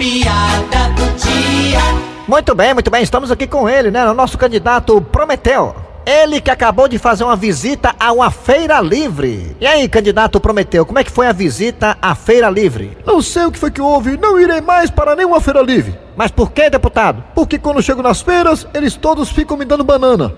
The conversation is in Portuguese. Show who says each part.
Speaker 1: piada do dia.
Speaker 2: Muito bem, muito bem, estamos aqui com ele, né? O nosso candidato Prometeu. Ele que acabou de fazer uma visita a uma feira livre. E aí, candidato Prometeu, como é que foi a visita à feira livre?
Speaker 3: Não sei o que foi que houve, não irei mais para nenhuma feira livre.
Speaker 2: Mas por que, deputado?
Speaker 3: Porque quando chego nas feiras, eles todos ficam me dando banana.